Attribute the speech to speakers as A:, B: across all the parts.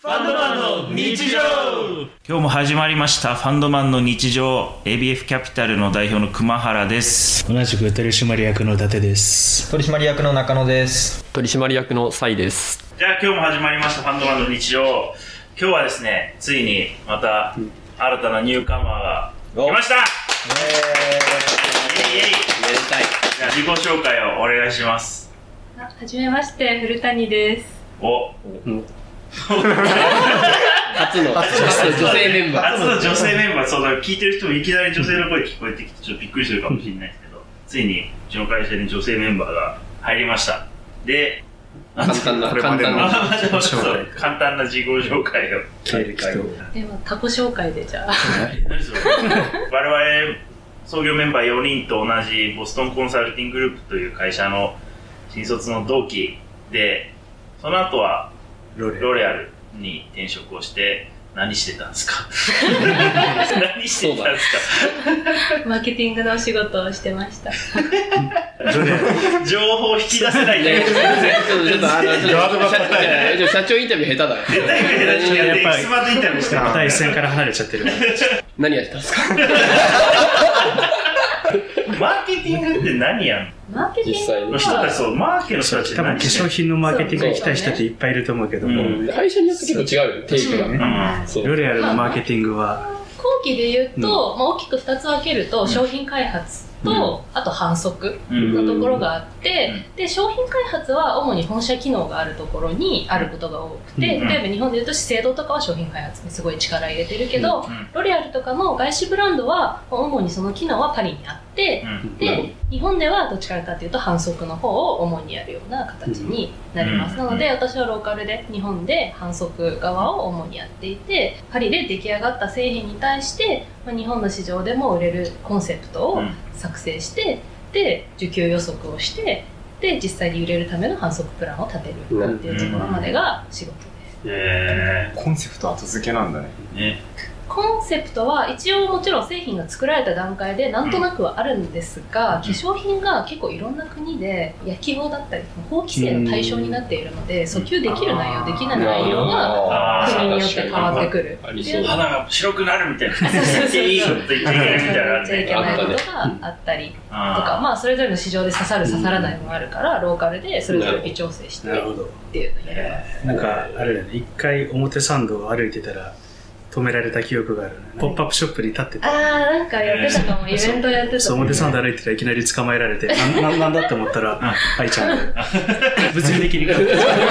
A: ファンドマンの日常
B: 今日も始まりましたファンドマンの日常 ABF キャピタルの代表の熊原です
C: 同じく取締役の伊達です
D: 取締役の中野です
E: 取締役のサイです
B: じゃあ今日も始まりましたファンドマンの日常今日はですねついにまた新たなニューカマーが来ましたイエイイエイじゃあ自己紹介をお願いします
F: あはじめまして、古谷です。
B: お
E: 初の初の女性メンバー
B: 初の女性メンバーそうだ聞いてる人もいきなり女性の声聞こえてきてちょっとびっくりするかもしれないですけどついにうちの会社に女性メンバーが入りましたで
E: 簡単な
B: これまでの
E: 簡単
B: そう簡単な自己紹介を
F: では、タコ紹介でじゃあ。
B: 何それ我々創業メンバー4人と同じボストンコンサルティンググループという会社の新卒の同期でその後はロレアルに転職をして何してたんです か何してたんですか
F: マーケティングのお仕事をしてました。
B: 情報を引き出せない
E: いやいや
B: 絶
E: ちょっとちょっとあのちょっと社いやいや社長インタビュー下手だ
B: 対無理だしやって
C: やっぱり
B: エキスパートインタビューして
C: また一線から離れちゃってる
E: 何やってたんですか
B: マーケティングって何やん
F: マーケテ
E: 実
F: ィング
E: 際
B: の
E: に
B: 人たちそうマーケの人
C: 多
B: たちって
C: 分化
B: 何してん
C: 粧
B: の
C: 品のマーケティング行きたい人っていっぱいいると思うけども、
B: うん
E: 会社によって結構違うよ定義が
C: そうね
B: うん
E: そう
C: ロレアルのマーケティングは
F: 後期で言うと、まあ、大きく2つ分けると、商品開発と、あと販促
B: うん
F: のところがあって、で、商品開発は主に本社機能があるところにあることが多くて、
B: うん
F: 例えば日本で言うと資生堂とかは商品開発にすごい力入れてるけど、
B: うん
F: ロレアルとかの外資ブランドは、主にその機能はパリにあって、
B: うん
F: で日本ではどっちからかというと反則の方を主にやるような形になります、
B: うん
F: なので私はローカルで日本で反則側を主にやっていてパリで出来上がった製品に対して、まあ、日本の市場でも売れるコンセプトを作成して、で需給予測をしてで実際に売れるための反則プランを立てるっていうところまでが仕事です、
B: え
D: コンセプト後付けなんだね
B: ーね
F: コンセプトは一応もちろん製品が作られた段階でなんとなくはあるんですが、化粧品が結構いろんな国で焼き法だったり法規制の対象になっているので訴求できる内容できない内容が
B: あー
F: 国によって変わって
E: く
F: くる
E: あ
F: って
E: り
F: い
E: そうう
F: の
E: だ
F: が
B: 肌が白くなるみたいな
F: そうそうそう
B: 言っていいこと言っていけないみたいなのある
F: 言っちゃい
B: ね
F: けないことがあったりとか、まあ、それぞれの市場で刺さる刺さらないもあるからローカルでそれぞれ微調整してっ
C: ほど
F: ていうのをやります
C: なんかあれだね一回表参道を歩いてたら止められた記憶があるねポップアップショップに立って
F: あー
C: て
F: なんかやってたかもイベントやってた
C: そう
F: も
C: 表参道歩いてたらいきなり捕まえられてなななんだって思ったら愛ちゃんで物理的に
F: えー、そんなん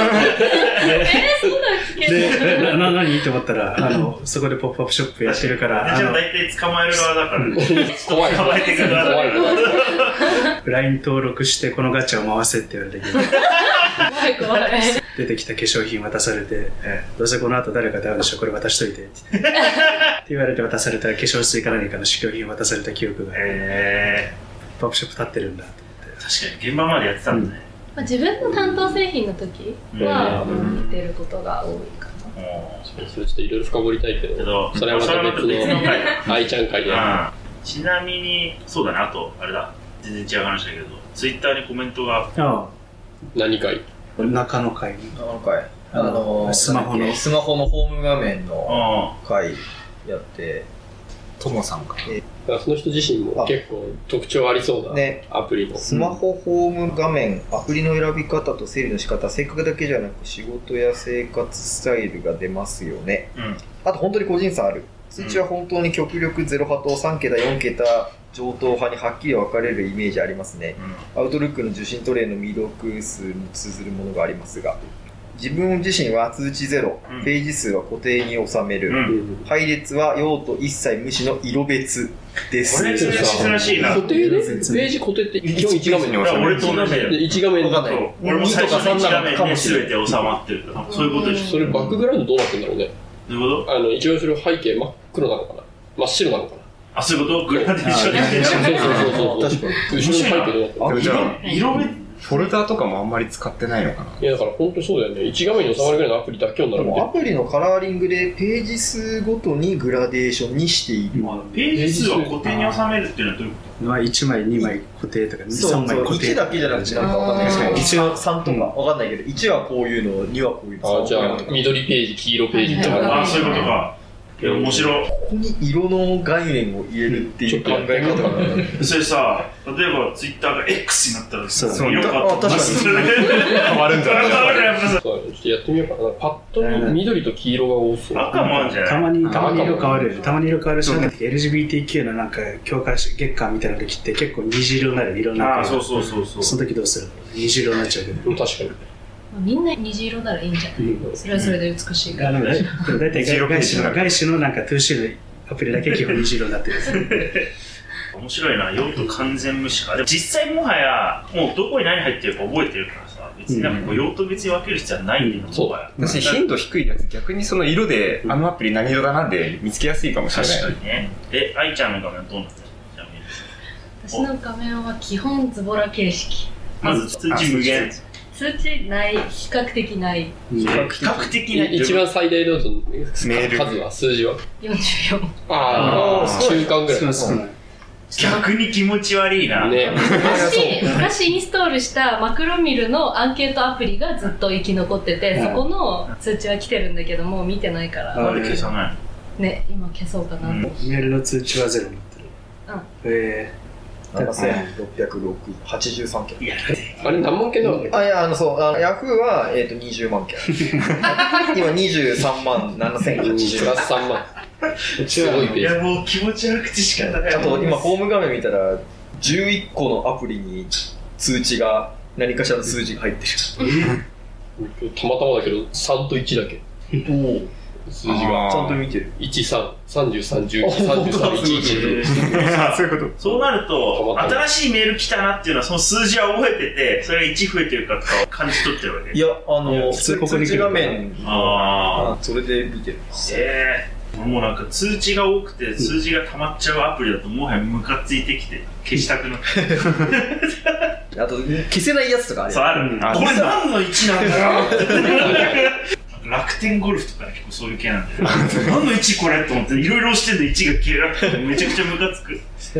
F: 聞けない
C: でなな何って思ったらあのそこでポップアップショップやってるからあ
B: じゃあ
C: の
B: 大体捕まえる側だからね
E: 怖い
B: 捕まえてくる側だか
E: 怖い
B: ら
E: 怖い
C: LINE 登録してこのガチャを回せって言われて
F: 怖い怖い
C: 出てきた化粧品渡されて、どうせこの後誰かと会うでしょこれ渡しといてってって言われて渡された化粧水か何かの試供品渡された記憶が
B: え
C: パップショップ立ってるんだと
B: ー確かに現場までやってたんだね
F: まあ、自分の担当製品の時は、
B: うん
F: うん似てることが多いかな。
B: も
E: それちょっといろいろ深掘りたいけ
B: うけ
E: ど
B: ど
E: それはまた別
B: それはまた別の
E: の
B: 回だ
E: 愛ちゃん会で
B: うんちなみにそうだねあとあれだ全然違う話だけどツイッターにコメントが
C: あ
E: 何回
C: あ中の会
D: なんかあ
C: あ
D: の
C: のスマホの
D: なんだっけスマホのホーム画面の
B: あ
D: 回やってともさんかえ
E: その人自身も結構特徴ありそうな
D: ね
E: アプリも
D: スマホホーム画面アプリの選び方と整理の仕方性格だけじゃなく仕事や生活スタイルが出ますよね
B: うん
D: あと本当に個人差ある通知は本当に極力0派と3桁4桁上等派にはっきり分かれるイメージありますねアウトルックの受信トレイの未読数に通ずるものがありますが自分自身は通知ゼロ、
B: うん
D: ページ数は固定に収め
B: うんう
D: る、
B: ん
E: うん
D: 配列は用途一切無視の色別です
B: これ珍しいな
E: 固定でページ固定って基本1画面に
B: だから俺と同じだよ
E: で1画面
D: わかんない
B: そう俺も最初の1画面で全て収まってるからそういうことでしょ
E: それバックグラウンドどうなってんだろうね
B: どういうこと
E: あの一応それ背景真っ黒なのかな真っ白なのかな
B: あそういうことグラデーションで
E: そうそうそうそう
D: 確かに
E: 後ろの背景どうなって
B: 色
E: る
B: 色目
G: フォルダーとかもあんまり使ってないのかな。
H: いや、だから本当そうだよね。1画面に収まるぐらいのアプリだけを
D: で
H: 並べ
D: もア
H: て。
D: プリのカラーリングでページ数ごとにグラデーションにしている。
B: まあページ数は固定に収めるっていうのはどういうこ
C: まあ、1枚、2枚固定とか、
D: そ
C: 3枚
D: うそう
C: 固定。
D: 1だけじゃなくてなんかわかんない
G: 確かに
D: けど、1は3とかわかんないけど、1はこういうの、2はこういうの、
H: あ
D: 3
H: あ、
D: は
H: じゃあ
D: こ、ういうの。
H: 緑ページ、黄色ページって
B: と
H: あ
B: あ
H: る
B: あ、そういうことか。いや、面白い。
D: ここに色の概念を入れるっていう考え方がなんだ
B: それさ、例えばツイッターが X になったらさ、
C: そう
B: 色変わった
D: あ
B: り
D: 確
B: するね。変わるんじゃない
H: そうだねちょっとやってみようかな。パッと見、緑と黄色が多そう。
B: 赤もあるんじゃない
C: たまに、たまに
H: あ
C: 色変わるよね。たまに色変わるし、
G: そう
C: なんか LGBTQ のなんか、強化し月間みたいな時って結構虹色になる、いろんな。
B: ああ、そうそうそうそう。
C: その時どうするの虹色になっちゃうけど。
H: うん確かに。
F: まあみんな虹色ならいいんじゃない
C: うん
F: それはそれで美しいか
C: あ
F: ら。
C: でも大でも大体
G: 虹色ペー
C: 外
G: ジ
C: 資
G: にな
C: の、
G: る
C: 外資のなんか 2C のアプリだけ基本虹色になってる。
B: 面白いな、用途完全無視か。でも実際もはや、もうどこに何入ってるか覚えてるからさ、別になんかこう用途別に分ける必要はないんだよ、
H: んそう
B: もはや
G: 私、頻度低いやつ、逆にその色で、あのアプリ何色だなんで見つけやすいかもしれ
B: 確
G: な
B: か
G: い。
B: にね。で、愛ちゃんの画面はどうなってるじゃあ見る
F: 私の画面は基本ズボラ形式。
B: まず通知無限。
F: 通知ない、比較的ない。
C: うん
B: 比較的な
H: 一番最大のその
G: メール
H: 数は、数字は。
F: 44。
H: あ
G: あ
H: あ、
G: ー
H: 中間ぐらい
C: 少。ない少ない。
B: 逆に気持ち悪いな。
H: ね。
F: 昔、昔インストールしたマクロミルのアンケートアプリがずっと生き残ってて、
C: うん
F: そこの通知は来てるんだけど、もう見てないから、
B: なんで消さない
F: ね、今消そうかな。
B: うん
C: メールの通知はゼロになってる。え
D: 7683件。
B: のいや、
H: あれ何万件だろう
D: あ、いや、あの、そう、あのヤフーは、えっ、と、20万件。今、23万
H: プ
D: 7080
H: ラス3万。
C: ー、うち
H: す
C: は
H: ごいペ
B: い
H: ージ。
B: やもう気持ち悪くて仕方ない。
D: あと、今、ホーム画面見たら、11個のアプリに通知が、何かしらの数字が入ってる。
H: たまたまだけど、3と1だけ。数字が。
D: ちゃんと見てる。
H: 1、3、33、11、33、11。
G: あー そういうこと。
B: そうなると、
H: たまたま
B: 新しいメール来たなっていうのは、その数字は覚えてて、それが1増えてるかとかを感じ取ってるわけ
D: い。や、あの、
C: 普通ここ
D: 通
C: に来
D: 知
C: る
D: 画面、
B: ああ。
D: あそれで見てる。
B: ええもうなんか通知が多くて、数字が溜まっちゃうアプリだと、もはやムカついてきて、消したくなって。
D: あと、消せないやつとかある
B: そう、ある。
G: あ
B: これ何の1なんだろう楽天ゴルフとか結構そういう系なんで、 何の1これと思って、いろいろ押してんで1が消えなくて、めちゃくちゃムカつ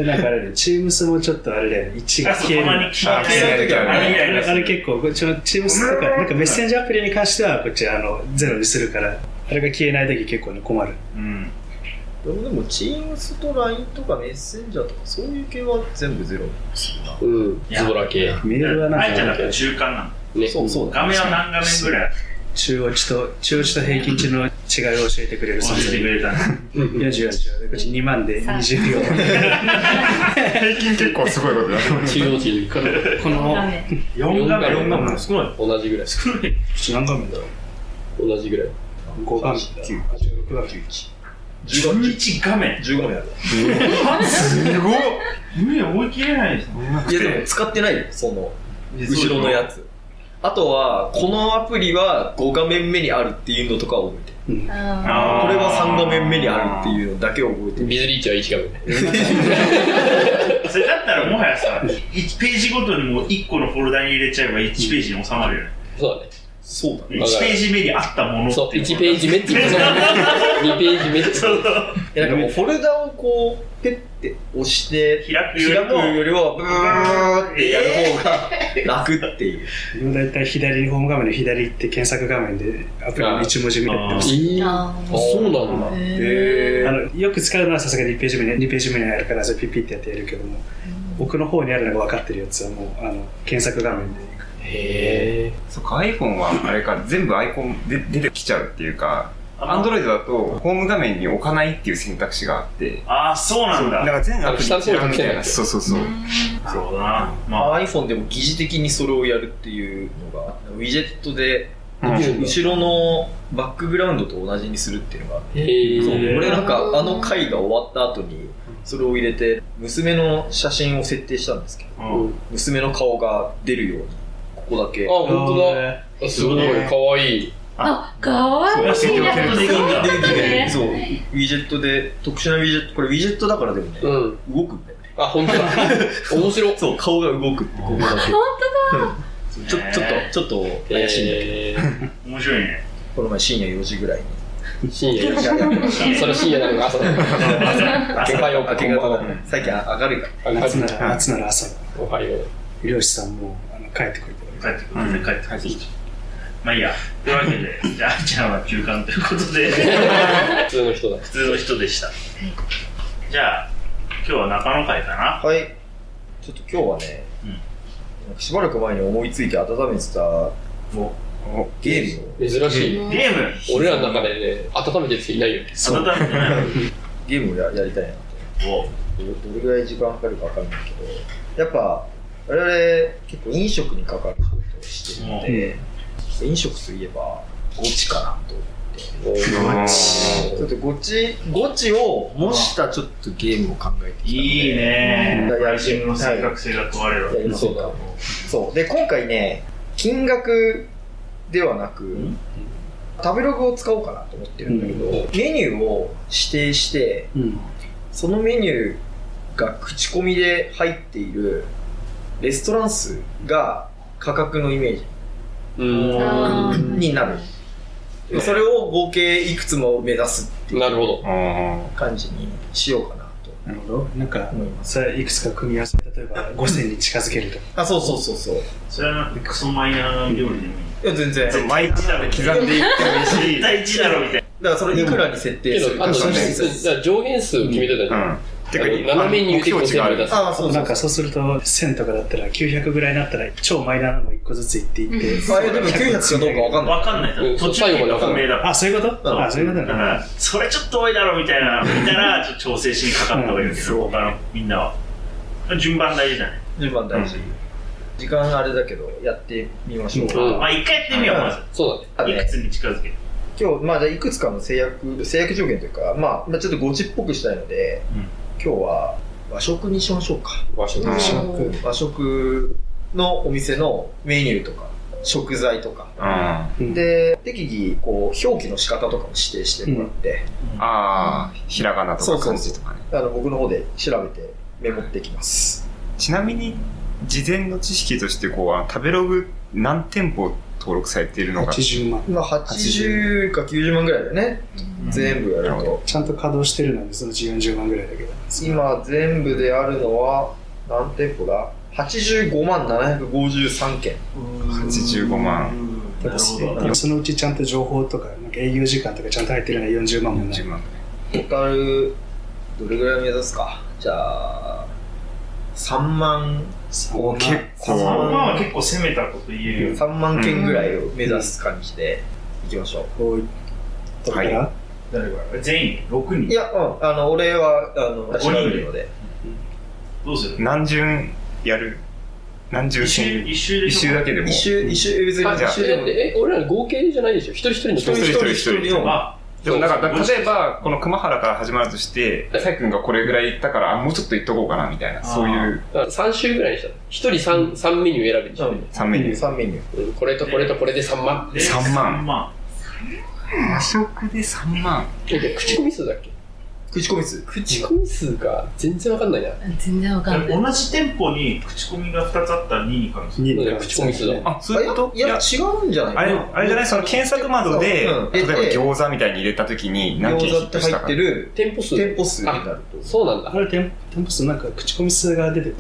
B: く。
C: でなんかあれだよ、チームスもちょっとあれだよ、1
B: あ、
C: が
B: そう、
C: 消
B: た
C: え
B: ま
C: る。
B: に消える時ある。
G: あ
B: あれイライラす
C: あれ
B: る
C: 結構、こっちのチームスとか、なんかメッセンジアプリに関しては、こっちあのゼロにするから、あれが消えないとき結構ね、困る。
B: うん。
D: でも、でも、Teams と LINE とかメッセンジャーとか、そういう系は全部ゼロでするな。
H: うん、ズボラ系。
C: メールは
B: あえちゃんだ
C: なんか、
B: ったら中間なの。
H: ね。
D: そう、そうだ。
B: 画面は何画面ぐらい
C: 中央値と、中央値と平均値の違いを教えてくれる
B: 教
C: 存
B: えてく
C: 在。
B: れたの
C: 40、40。で、こっち2万で20秒。
G: 平均結構すごいことだ。
H: 中央値から
C: この、
F: 画
C: こ
F: 面
B: 4画面、
H: 四画面
B: すごい。
H: 同じぐらい。
B: 少ない。
C: っち何画面だろう
H: 同じぐらい。
C: ?5 画面だ。あ、違う、6画面。
B: 11画面。
D: 15分やる。
G: すごっ
B: 無理、覚えきれないですね。
D: いやでも使ってないよ、その、後ろのやつ。あとは、このアプリは5画面目にあるっていうのとかは覚えてる。
F: あ
B: あー
D: これは3画面目にあるっていうのだけ覚えてる。
H: ビズリーチは1画面。
B: それだったらもはやさ、1ページごとにもう1個のフォルダに入れちゃえば1ページに収まるよね。
H: そうだね。
D: そうだね。
B: 1ページ目にあったものってい
H: そう、
B: う。
H: 1ページ目っていうの2ページ目ってい う
B: そう
D: いやなんかもうフォルダをこう、ペッて押して、
B: 開く
D: 開
B: より
D: くよ
B: も、
D: りは、ブーってやる方が楽っていう。
C: でも大体左にホーム画面の左行って検索画面でアプリの一文字見るってます。
H: えーあ、
F: あー。
H: そうなんだ。
D: へ
C: あのよく使うのはさすがに1ページ目に2ページ目にあるからそれピッピッてやってやるけども奥の方にあるのが分かってるやつはもうあの検索画面で
H: へ
G: そっか、iPhone は、あれか、全部アイコンで出てきちゃうっていうか、Android だと、ホーム画面に置かないっていう選択肢があって、
B: ああ、そうなん
G: だか
B: だ。
G: ら全アプリ違うみたいな。そうそうそう。
B: そうだな。まあ、
D: まあ、iPhone でも疑似的にそれをやるっていうのが、ウィジェットで、
G: うん
D: 後ろのバックグラウンドと同じにするっていうのがあって
H: え。へ
D: そう
H: え。
D: 俺なんかあの回が終わった後にそれを入れて娘の写真を設定したんですけど
B: うん
D: 娘の顔が出るようにここだけ
H: あ、本当だ。
C: だ
H: あすごい、かわいい。
F: あ、かわいい。
B: そう
F: やっぱそうだ
D: でで
F: ね
D: でそうウィジェットで特殊なウィジェットこれウィジェットだからでもね
H: うん。
D: 動くんだよね
H: あ、本当だ。面白い。
D: そう顔が動くってここだけ
F: 本
C: ちょちょっと、ちょっと怪しいんだけど。
H: えー
B: 面白いね。
D: この前深夜4時ぐらいに。
H: 深夜にそれ深夜なのか朝なのか
D: 明け
H: おはよう
D: 方、明け方
H: こんばんは
D: だ。最近明るいから。
C: 夏なら、夏なら朝だ。
H: おはよう
C: 漁師さんもあの帰ってくると
B: 帰ってくるね、帰ってくる。まあいいや。というわけで、 じゃあ、あーちゃんは休館ということで、
H: 普通の人だ
B: 普通の人でした。じゃあ、今日は中野会かな。
D: はい。ちょっと今日はね、なんかしばらく前に思いついて温めてたもうゲームを、
H: 珍しい、
B: ゲーム
H: 俺らの中でね温めてる人いないよ
B: 温めてない
D: ゲームをややりたいなと。
B: お
D: どれどれぐらい時間かかるかわかんないけど、やっぱ、我々結構飲食に関わる仕事をしてるので、飲食といえば、ゴチかなと。
H: おー
D: ちょっとゴチ、ゴチを模したちょっとゲームを考えてきたので。
B: いいね
D: うん
B: 配信の正確性が問われるわ
D: やりましょうか。そう。で、今回ね、金額ではなく、食べログを使おうかなと思ってるんだけど、メニューを指定して、
C: うん。
D: そのメニューが口コミで入っているレストラン数が価格のイメージ
H: うん
F: あー
D: になる、それを合計いくつも目指す
H: なるほど
D: 感じにしようかなと
C: なるほど。なんか、
D: 思います
C: それいくつか組み合わせ、例えば5000に近づけるとか。
D: あそうそうそうそうい
B: それはなんかクソマイナーな料理でもいい
D: や全然だか
G: 毎日だろ刻んでいってもいいし
B: 絶対1だろみたい
D: らそれいくらに設定
H: け
D: する
H: どあ
D: か
H: と
D: そうそうそう
H: じゃあ上限数決めてたじゃん、
G: てか
H: あの斜めに言うて
G: 目標値があ
H: 5000
G: る
H: 出す
D: あそうそう
C: なんかそうすると、1000とかだったら、900ぐらいになったら、超マイナーなの1個ずついっていって。
D: あいやでも900かどうかわかん
B: なわかんな
D: ない
B: いだ
H: う
B: ろ
H: ん
B: 途中
H: 最後までわかん
B: 不
H: ない
B: 明だから
C: あ、そういうことあ、そういうこと
B: だか
C: ね。
B: らそれちょっと多いだろみたいな見たらちょっと調整しにかかった方がいいけど、他のみんなは順番大事だね、
D: 順番大事、時間あれだけどやってみましょう、
H: うん
B: まあ一回やってみようまず
H: そう
D: あ
B: い
D: ね
B: くつに近づける
D: 今日、まあ、じゃあいくつかの制約、制約条件というか、まあ、まあ、ちょっとゴチっぽくしたいので、
B: うん
D: 今日は和食にしましょうか。
H: だ和食
F: うん
D: 和食のお店のメニューとか、食材とか。
G: あ
C: うん
D: で、適宜、こう、表記の仕方とかも指定してもらって、
G: あーひらがなと
D: そう
G: か
D: そう
G: 漢字とかね
D: あの、僕の方で調べてメモってきます。
G: ちなみに事前の知識としてこうあの食べログ何店舗登録されているのか
C: 80万。
D: まあ、80か90万ぐらいだよね。全部やる
G: なる
D: と。
C: ちゃんと稼働してるので、そのうち40万ぐらいだけど。
D: 今、全部であるのは、何店舗だ ?85 万753件。
G: 85万
C: だってそのうちちゃんと情報とか、なんか営業時間とかちゃんと入ってるのは40万もない
G: 40。万
D: トータルどれぐらい目指すかじゃあ3万
C: そう
G: 結
B: 3万
G: 構
B: は結構攻めたこと言えるよ
D: 3万件ぐらいを目指す感じでいきましょう、
C: 構だから、
G: は
B: 誰が全員6
D: い
B: 人
D: や、うん、あの俺はあの
B: 五人
D: 調べるので
B: どうする
G: 何巡やる何巡
B: 一周
G: 戦
B: 一周で
G: 一
B: しょ
G: 周だけでも
D: 一周一周別に
H: あ
D: 一周でも
H: ええ俺ら合計じゃないでしょ一人一人の
D: 一人一人一人を
B: あ
G: でもなんか例えばこの熊原から始まるとしてさいくんがこれぐらい行ったからあもうちょっと行っとこうかなみたいな
B: ー
G: そういう
H: だから3週ぐらいにしたの一人 3, 三メニュー選ぶにしたの、
G: 3メニュー
D: 3メニュー
H: うんこれとこれとこれで3万
B: で
G: 三万
B: 三万
G: 和食で3万
H: え口コミ数だっけ
D: 口コミ数
H: 口コミ数が全然わかんないな
F: 全然わかんない。
B: 同じ店舗に口コミが2つあったら2に関する
C: 2
H: うん口コミ数だ
G: あそういうこと
D: あいやいや違うんじゃない
G: あ
D: か
G: れ
D: な
G: あれじゃないその検索窓で、
D: うん
G: 例えば餃子みたいに入れた時に何件ヒ
D: 餃子っ
G: ッ
D: て
G: ト
D: 入
G: した
D: っ
G: か
D: てる
H: 店舗数
D: 店舗数になると
H: そうなんだ
C: あれ店店舗数なんか口コミ数が出てくる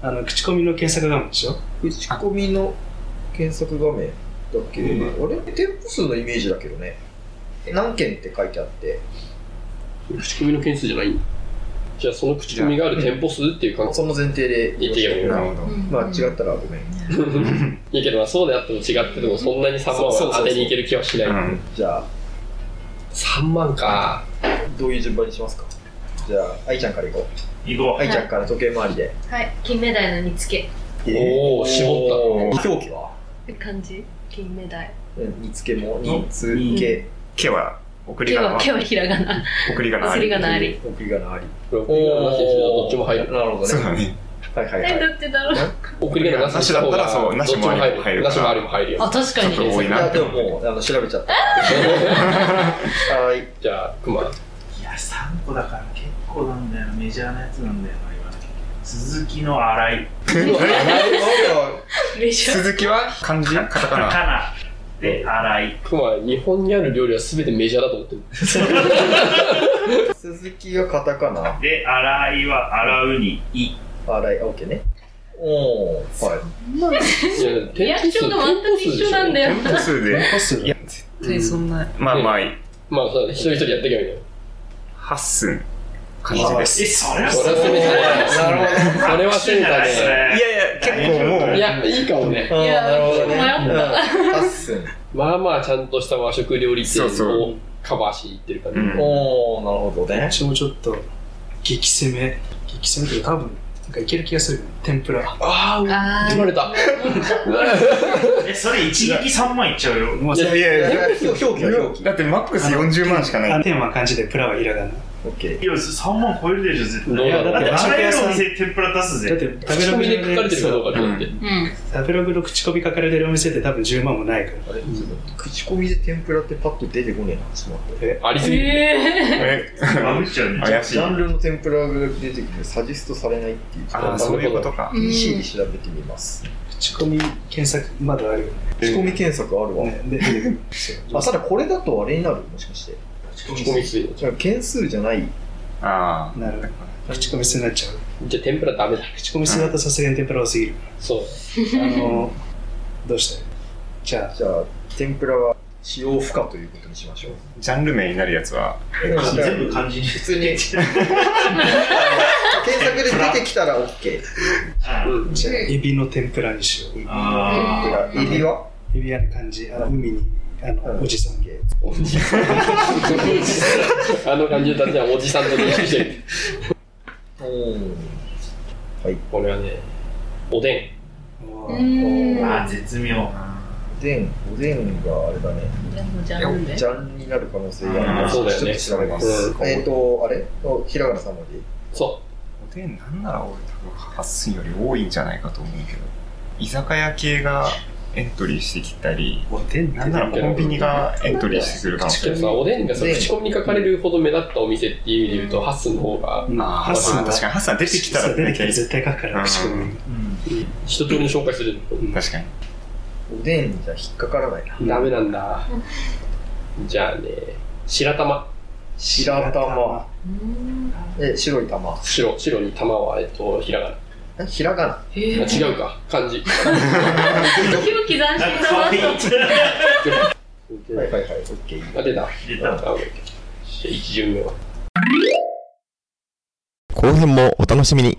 C: あの口コミの検索画面でしょ
D: 口コミの検索画面だけどね、あれ店舗数のイメージだけどね何件って書いてあって
H: 口コミの件数じゃないんだじゃあその口コミがある店舗数っていう感じ
D: その前提で
H: いってよ
G: なる
F: う
G: ほど
F: ん
D: まあ違ったらごめん
H: いいけどまあそうであっても違っててもそんなに3万
D: そうそう
H: は
D: そう
H: 当てにいける気はしない
G: うん
D: じゃあ
H: 3万か
D: どういう順番にしますかじゃあ愛ちゃんからいこう
B: 行こ
D: 愛ちゃんから時計回りで
F: はい、金目鯛の煮つけ
H: おお絞っ
D: った表記は
F: って感じ。金目鯛。
D: うん煮付けも煮付け
G: 毛は送り
F: 毛
G: 仮名
F: は毛はひらがな。
G: 送り仮名あ
F: すり
G: り
F: がなあり。
D: 送り仮名あり
H: た6位の話でどっちも入る
D: なるほ
G: そ
D: ど
G: う
D: ね
G: だ
D: はい
G: ね
D: はい
F: え、
D: はい
F: どっちだろう。
H: 送り仮名なしだったら
G: そうなしもあり
H: どっ
G: も
H: ち
G: 入る
H: なしもありも入るよ
F: あ、確か
G: ちょっと
F: に。
G: 多い
D: い
G: な
D: や
G: っ
D: で
G: て
D: ももうあの調べちゃ ったはい
H: じゃあ熊
B: ういや3個だから結構なんだよなメジャーなやつなんだよな今鈴木の洗い
D: なんだよ
F: レジャー
G: 鈴木は漢字カタカ
B: カ
G: ナ。
B: ナで洗い。
H: 僕は日本にある料理は全てメジャーだと思ってる。
D: 鈴木はカタカナ。
B: で、洗いは洗うに、い。
D: あ、ライ、オッケーね。おー、はい。
H: いや、
F: リアクションが全く一緒なんだよ
G: 店舗数で。
C: 個数
G: いや、絶対そんな。まあまあ、
H: まあ、そうだね一人一人やっていけばいいのよ。
G: 八寸漢字です。
B: え、それは
H: それは
B: う
H: 攻めて
D: なるほ
H: ない。それは攻めた
B: い
H: ね。
B: やいや、
G: 結構もう
H: いや、いいかもね。
D: ど。
F: いや
D: なるほどね。
F: 迷った
D: うん。ハッスン。
H: まあまあ、ちゃんとした和食料理店
G: そうそ
H: をカバーしていってる感じ。
G: うん
D: おー、なるほどね。
C: 私もちょっと激攻め激攻めというか多分なんかいける気がする天ぷら
H: あー、
F: あ
H: 取られた。
B: え、それ一撃3万いっちゃうよ。
C: もう
H: いや
C: それ
G: いやいや、
D: 表記は表記。
G: だってマックス40万しか
C: あ
G: な
C: の
G: い。
C: 天は漢字でプラはひらがなだ
D: オッケー。
B: いや、3万超えるでしょ、絶
H: どう
B: 対。
H: だろう
B: だって、
C: 和
B: あ
C: 食
B: らゆ
C: 屋
B: る
C: さ
B: お
C: ん
B: 店天ぷら出す
C: って食
B: ぜ。
C: べロ
H: 口
C: グ
H: コミで書かれてるかどうかによって。
F: うん
C: 食べログの口コミ書かれてるお店って多分10万もないから
D: あれ、ちょっと口コミで天ぷらってパッと出てこねえな。ちょっと待って。
H: ありすぎる。
F: え
G: え、
B: バブっちゃうね。
G: 怪し
D: ジ
G: い
D: ャ。ンルの天ぷらが出てくるサジェストされないっていう。ちょっと
G: ああ、そういうことか。
D: PC で調べてみます。
C: 口コミ検索まだあるよ
D: 口コミ検索あるわ。
C: ねで出てくるそう
D: あ、ただこれだとあれになるもしかして。
H: 口コミすぎる。
D: じゃあ、件数じゃない。
G: ああ。
C: なるほど口コミ数になっちゃう
H: じゃあ、天ぷらダメだ。
C: 口コミ数だとさすがに天ぷら多すぎる
H: そう。
C: あのどうしたいじゃあ
D: じゃあ、天ぷらは使用不可ということにしましょう。
G: ジャンル名になるやつは、
B: 全部漢字に。
D: 普 通に。検索で出てきたら OK。
B: うん
C: じゃあエビの天ぷらにしよう
B: あ
D: ほら入りは
C: エビある感じあの海にあ
D: う
C: の
D: ん
C: おじさん
D: オッケー
H: あの感じだったらおじさんと認識してる。
D: おー
H: これはね、おで
C: お
F: う
C: ー
F: ん
B: ーあー、絶妙。
D: おでん、おでんがあれだね。
F: でもじゃあなんで
D: ジャンルになる可能性が
B: う
D: ある
B: ん
H: そうだよね
D: ちょっと調べま
H: う
D: す。
H: ん
D: えっ、と、あれおひらがな3文字。
H: ん。そ
G: おでんなんなら俺多分8寸より多いんじゃないかと思うけど、居酒屋系がエントリーしてきたり、
C: おでんって
G: なんならコンビニがエントリーしてくるかもし
H: う。でも
G: れない。
H: さ、おでんがさ、
D: おでん
H: 口コミに書かれるほど目立ったお店っていう意味で言うと、ハッスンの方が、
C: うん
G: ああ、
C: ハッスン
G: ま
C: は
G: あ確かに、ハッサン出てきた
C: そ
G: ら
C: う出てき
G: 大
C: たら
G: 体、
C: 絶対書くから口コミ
H: 一通りに紹介する。
G: 確かに。
D: おでんじゃ引っかからないな。
H: ダメなんだ。じゃあね、白玉。
D: 白玉。え、白い玉。
H: 白、白に玉は、えっと、ひらがな。
D: えひらが
F: え
H: あ
F: ー
H: 違うか、漢字。
F: 時々斬新
B: な
F: だ
B: んか可
F: な
B: 愛い。
D: な。はいはいはい、オッケー。
H: あ、出た。
B: 出
H: あ
B: た。
H: じゃあ一巡目は。
I: 後編もお楽しみに